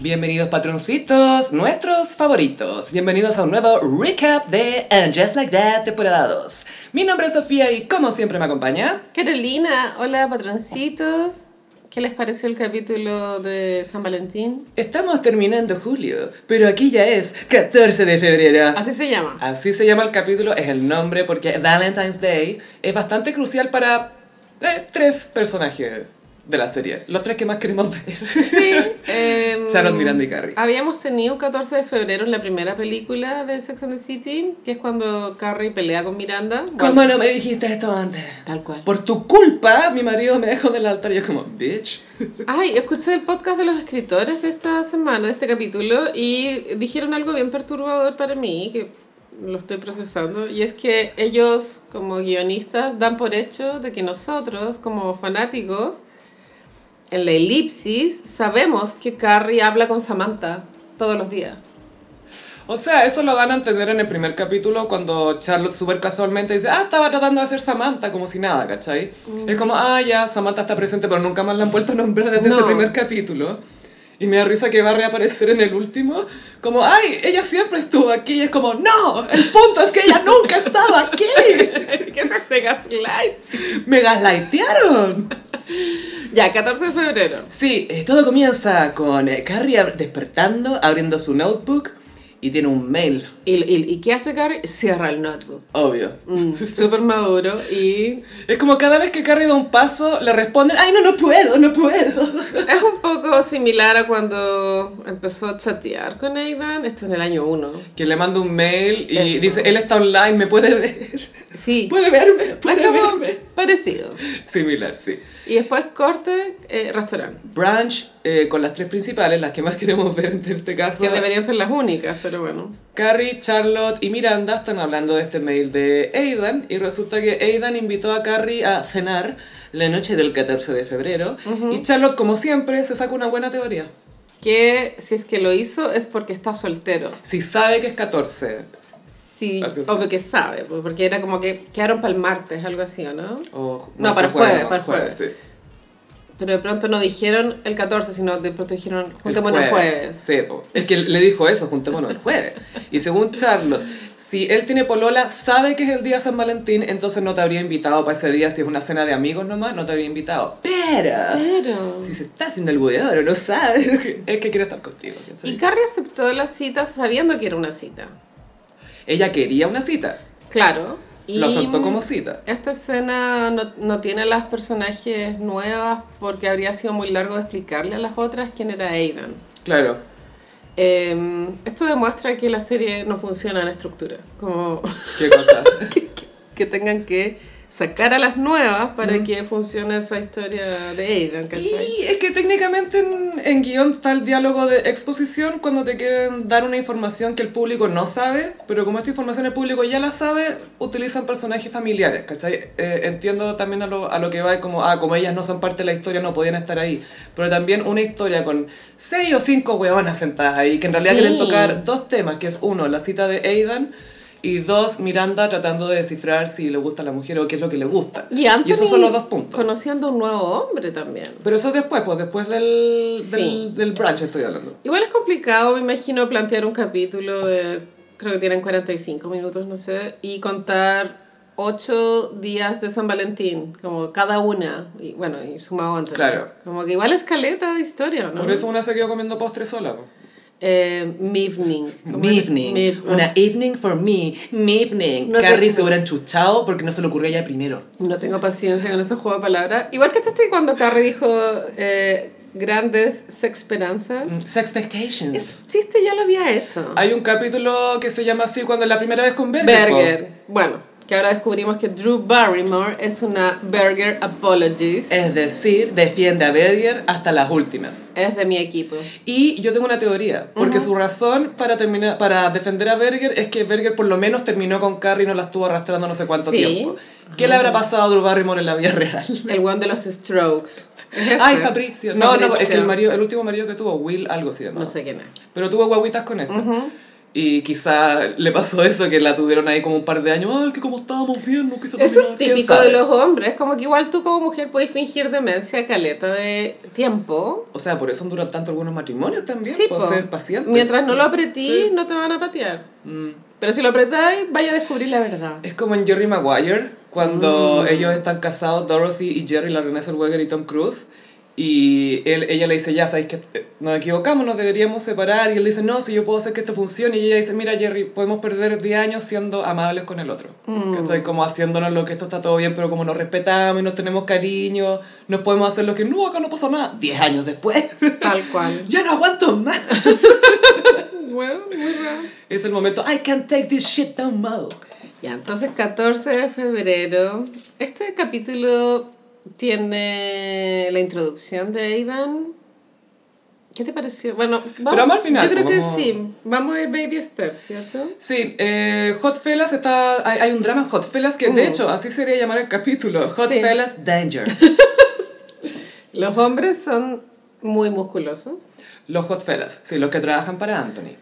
Bienvenidos patroncitos, nuestros favoritos. Bienvenidos a un nuevo recap de And Just Like That temporada 2. Mi nombre es Sofía y como siempre me acompaña. Carolina, hola patroncitos. ¿Qué les pareció el capítulo de San Valentín? Estamos terminando julio, pero aquí ya es 14 de febrero. Así se llama. Así se llama el capítulo, es el nombre porque Valentine's Day es bastante crucial para eh, tres personajes de la serie, los tres que más queremos ver. Sí. em, Sharon, Miranda y Carrie. Habíamos tenido un 14 de febrero en la primera película de Sex and the City, que es cuando Carrie pelea con Miranda. ¿Cómo no me dijiste esto antes? Tal cual. Por tu culpa, mi marido me dejó del altar y yo como, bitch. Ay, escuché el podcast de los escritores de esta semana, de este capítulo, y dijeron algo bien perturbador para mí, que lo estoy procesando, y es que ellos como guionistas dan por hecho de que nosotros como fanáticos, en la elipsis, sabemos que Carrie habla con Samantha todos los días. O sea, eso lo dan a entender en el primer capítulo cuando Charlotte súper casualmente dice, ah, estaba tratando de hacer Samantha, como si nada, ¿cachai? Es como, ah, ya, Samantha está presente, pero nunca más la han vuelto a nombrar desde No. ese primer capítulo. Y me da risa que va a reaparecer en el último, como, ay, ella siempre estuvo aquí, y es como, no, el punto es que ella nunca estaba aquí. es que se te gaslight. Me gaslightearon. Ya, 14 de febrero. Sí, eh, todo comienza con eh, Carrie ab- despertando, abriendo su notebook y tiene un mail, ¿Y, y, y qué hace Carrie? Cierra el notebook. obvio. Mm, Súper maduro y Es como cada vez que Carrie da un paso, le responden, ay, no, no puedo, no puedo. Es un poco similar a cuando empezó a chatear con Aidan, esto en el año 1. Que le manda un mail y Eso. dice, él está online, me puede ver. Sí, Ah, Puede verme, puede es como verme. parecido. Similar, sí. Y después corte, eh, restaurante, Branch, eh, con las tres principales, las que más queremos ver en este caso. que deberían ser las únicas, pero bueno. Carrie, Charlotte y Miranda están hablando de este mail de Aidan y resulta que Aidan invitó a Carrie a cenar la noche del 14 de febrero y Charlotte, como siempre, se saca una buena teoría. Que si es que lo hizo es porque está soltero. Si sabe que es 14 Sí, Porque sí. o porque sabe, pues, porque era como que quedaron para el martes, algo así, ¿o no? o... No, para el jueves, jueves, para el jueves. sí. Pero de pronto no dijeron el 14, sino de pronto dijeron, El juntémonos el jueves. Sí, po. es que le dijo eso, juntémonos el jueves. Y según Charlotte, si él tiene polola, sabe que es el día San Valentín, entonces no te habría invitado para ese día. Si es una cena de amigos nomás, no te habría invitado. Pero... Pero... Si se está haciendo el hueveador, no sabe. lo que- Es que quiere estar contigo. ¿cachai? Y Carrie aceptó la cita sabiendo que era una cita. Ella quería una cita. Claro. Y Lo aceptó como cita. Esta escena no, no tiene las personajes nuevas porque habría sido muy largo de explicarle a las otras quién era Aidan. Claro. Eh, esto demuestra que la serie no funciona en estructura. Como Qué cosa. que, que- que tengan que sacar a las nuevas para que funcione esa historia de Aidan, ¿cachai? y es que técnicamente en, en guión está el diálogo de exposición cuando te quieren dar una información que el público no sabe, pero como esta información el público ya la sabe, utilizan personajes familiares, ¿cachai? Eh, entiendo también a lo, a lo que va como, ah, como ellas no son parte de la historia, no podían estar ahí. Pero también una historia con seis o cinco hueonas sentadas ahí, que en realidad Sí. quieren tocar dos temas, que es uno, la cita de Aidan, y dos, Miranda tratando de descifrar si le gusta a la mujer o qué es lo que le gusta. Y, Anthony esos son los dos puntos. Conociendo a un nuevo hombre también. Pero eso es después, pues después del, Sí. del, del brunch estoy hablando. Igual es complicado, me imagino, plantear un capítulo de, creo que tienen 45 minutos, no sé, y contar 8 días de San Valentín, como cada una, y bueno, y sumado entre. Claro. Como que igual es caleta de historia, ¿no? Por eso una se quedó comiendo postre sola. pues. po. Eh, Mivning. ¿Cómo Mi es? evening. Miv- Una evening for me. Mi evening. ah. No te- Carrie se hubiera enchuchado porque no se le ocurrió a ella primero. No tengo paciencia con esos juegos de palabras. Igual que este cuando Carrie dijo eh, grandes Mm. sexperanzas. Expectations. Ese chiste ya lo había hecho. Hay un capítulo que se llama así cuando es la primera vez con Berger. po. Berger. Bueno, que ahora descubrimos que Drew Barrymore es una Berger Apologist. Es, Es decir, defiende a Berger hasta las últimas. de mi equipo. Y yo tengo una teoría, porque su razón para, terminar, para defender a Berger es que Berger por lo menos terminó con Carrie y no la estuvo arrastrando no sé cuánto Sí. Ah. tiempo. ¿Qué le habrá pasado a Drew Barrymore en la vida real? El one de los Strokes. ¿Es ese? Ay, Fabricio. No, no, es que Fabricio. el, marido, el último marido que tuvo, Will, algo se llamaba. No sé quién es. Pero tuvo guaguitas con esta. Y quizá le pasó eso, que la tuvieron ahí como un par de años, ay, que como estábamos bien, no quise Eso es terminar", quién típico de sabe. los hombres, como que igual tú como mujer puedes fingir demencia caleta de tiempo. O sea, por eso duran tanto algunos matrimonios también, Sí, por po. ser pacientes. Mientras no lo apretís, Sí. no te van a patear. Mm. Pero si lo apretáis, vaya a descubrir la verdad. Es como en Jerry Maguire, cuando ellos están casados, Dorothy y Jerry, la Renée Zellweger y Tom Cruise. Y él, ella le dice, ya sabéis que eh, nos equivocamos, nos deberíamos separar. Y él dice, no, si yo puedo hacer que esto funcione. Y ella dice, mira Jerry, podemos perder 10 años siendo amables con el otro. ¿Cachai? Como haciéndonos lo que esto está todo bien, pero como nos respetamos y nos tenemos cariño, nos podemos hacer lo que no, acá no pasa nada. 10 años después, Tal cual. ya no aguanto más. Bueno, muy raro. es el momento, I can't take this shit no more. Ya, entonces 14 de febrero. Este capítulo tiene la introducción de Aidan. ¿Qué te pareció? Bueno, vamos, vamos al final, Yo creo pues, que vamos- sí. Vamos a ir baby steps, ¿cierto? Sí, eh, Hot Fellas está. Hay, hay un drama en Hot Fellas que, de Mm. hecho, así sería llamar el capítulo: Hot Sí. Fellas Danger. Los hombres son muy musculosos Los Hot Fellas, sí, los que trabajan para Anthony.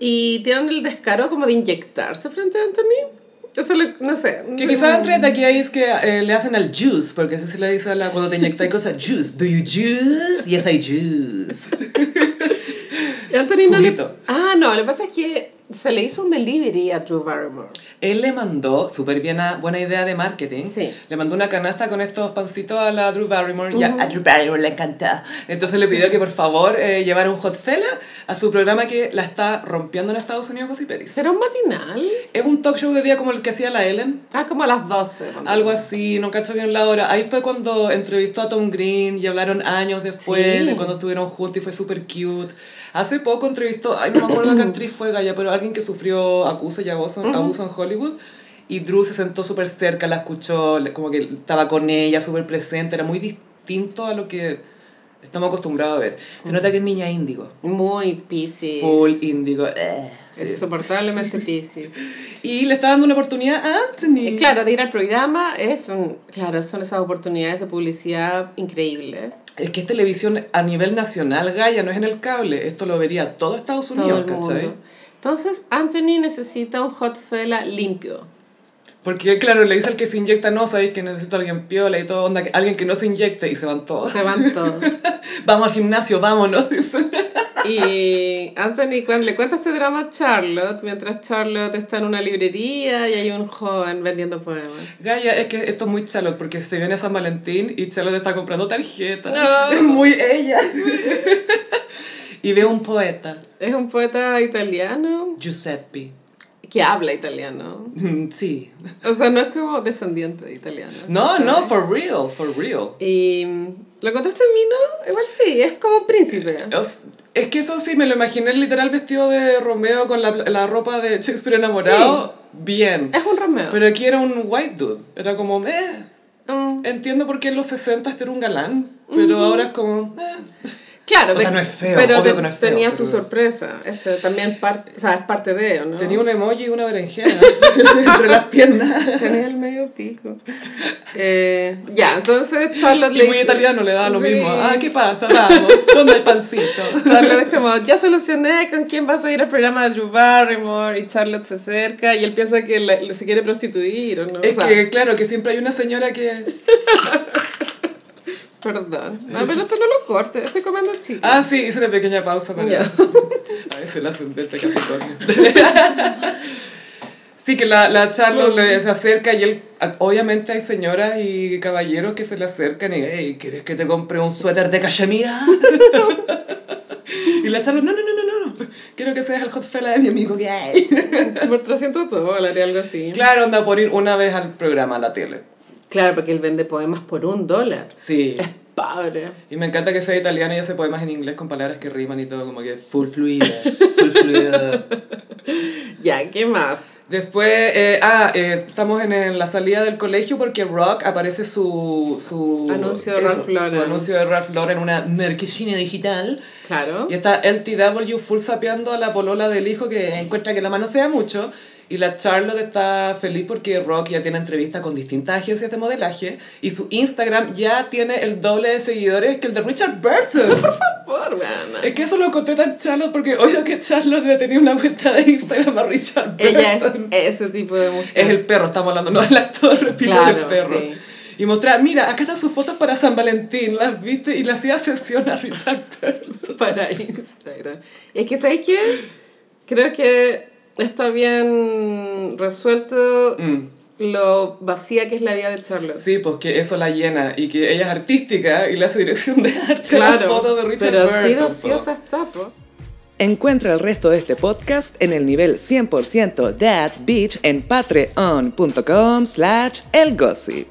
y tienen el descaro como de inyectarse frente a Anthony. Eso lo- no sé. Que quizás entre de aquí ahí es que eh, le hacen al juice, porque así se le dice a la, cuando te inyecta cosas: juice. ¿Do you juice? Yes, I juice. mm, Anthony no le... Juguito. Ah, no, lo que pasa es que se le hizo un delivery a Drew Barrymore. Él le mandó, súper bien, a- buena idea de marketing, Sí. le mandó una canasta con estos pancitos a la Drew Barrymore y a, a Drew Barrymore le encanta. Entonces le pidió que por favor eh, llevara un Hot Fella a su programa que la está rompiendo en Estados Unidos, Gossip Peris. ¿Será un matinal? Es un talk show de día como el que hacía la Ellen. Ah, como a las 12. ponte. Algo así, no cacho bien la hora. Ahí fue cuando entrevistó a Tom Green y hablaron años después Sí. de cuando estuvieron juntos y fue súper cute. Hace poco entrevistó, ay, no me acuerdo qué actriz fue Gaya, pero alguien que sufrió acuso y abuso, abuso en Hollywood. Y Drew se sentó súper cerca, la escuchó, le- como que estaba con ella, súper presente. Era muy distinto a lo que estamos acostumbrados a ver. Se nota que es niña índigo. Muy Pisces. Full índigo. eh, sí. Es soportablemente Pisces. Y le está dando una oportunidad a Anthony. Eh, claro, de ir al programa es un... Claro, son esas oportunidades de publicidad increíbles. Es que es televisión a nivel nacional, Gaia, no es en el cable. Esto lo vería todo Estados Todo Unidos, el ¿cachai? mundo. Entonces, Anthony necesita un hot fella limpio. Porque, claro, le dice al que se inyecta, no, sabéis que necesito a alguien piola y todo, onda, que- alguien que no se inyecte y se van todos. Se van todos. Vamos al gimnasio, vámonos, dice. Y Anthony cuando le cuenta este drama a Charlotte, mientras Charlotte está en una librería y hay un joven vendiendo poemas. Gaia, es que esto es muy Charlotte, porque se viene San Valentín y Charlotte está comprando tarjetas. No. Es muy ella. y ve un poeta, Es un poeta italiano Giuseppe. Mm, que habla italiano. Sí. O sea, no es como descendiente de italiano. No, ¿cachai? no, for real, for real. Y mm, lo encontraste en Mino, igual sí, es como un príncipe. Es es que eso sí, me lo imaginé literal vestido de Romeo con la, la ropa de Shakespeare enamorado. Bien. Es un Romeo. Pero aquí era un white dude. Era como, eh, Mm, entiendo por qué en los 60 este era un galán. Pero ahora es como, eh. claro, O sea, pe- no es feo, pero obvio te- que no es feo, tenía pero- su sorpresa. Eso también parte, o sea, es parte de ello, ¿no? Tenía un emoji y una berenjena entre las piernas. Tenía el medio pico. Eh, ya, entonces Charlotte Y le muy dice- italiano le da lo Sí. mismo. Ah, ¿qué pasa? Vamos, ¿dónde el pancito? Charlotte es como, ya solucioné con quién vas a ir al programa de Drew Barrymore. Y Charlotte se acerca y él piensa que la- se quiere prostituir o no. Es o sea, que, claro, que siempre hay una señora que... Perdón. No, pero esto no lo corte, estoy comiendo chico. Ah, sí, hice una pequeña pausa para Ya. A veces el ascendente este Capricornio. Sí, que la, la Charlotte le- se acerca y él, obviamente hay señoras y caballeros que se le acercan y, hey, ¿quieres que te compre un suéter de cachemira? y la Charlotte, no, no, no, no, no, quiero que seas el hot fella de mi amigo gay. Por 300 dólares, algo así. claro, anda por ir una vez al programa a la tele. Claro, porque él vende poemas por un dólar. Sí. Es pobre. Y me encanta que sea italiana y hace poemas en inglés con palabras que riman y todo, como que full fluida, full fluida. Ya, ¿qué más? Después, eh, ah, eh, estamos en, en la salida del colegio porque Rock aparece su, su Anuncio de Ralph Lauren. su anuncio de Ralph Lauren en una merquesina digital. Claro. Y está LTW full sapeando a la polola del hijo que encuentra que la mano sea mucho. Y la Charlotte está feliz porque Rock ya tiene entrevistas con distintas agencias de modelaje y su Instagram ya tiene el doble de seguidores que el de Richard Burton. Por favor, weona. es que eso lo conté tan Charlotte porque obvio que Charlotte le tenía una cuenta de Instagram a Richard Burton. Ella es ese tipo de mujer. Es el perro, estamos hablando, no del actor, repito, Claro, del perro. sí. Y mostraba, mira, acá están sus fotos para San Valentín, las viste, y le hacía sesión a Richard Burton. para Instagram. Es que, ¿sabes qué? Creo que está bien resuelto Mm. lo vacía que es la vida de Charlotte. Sí, porque eso la llena, y que ella es artística, y le hace dirección de arte a las Claro, fotos de Richard pero Burton. así de po. ociosa está, po. Encuentra el resto de este podcast en el nivel 100% That Beach en patreon.com slash elgossip.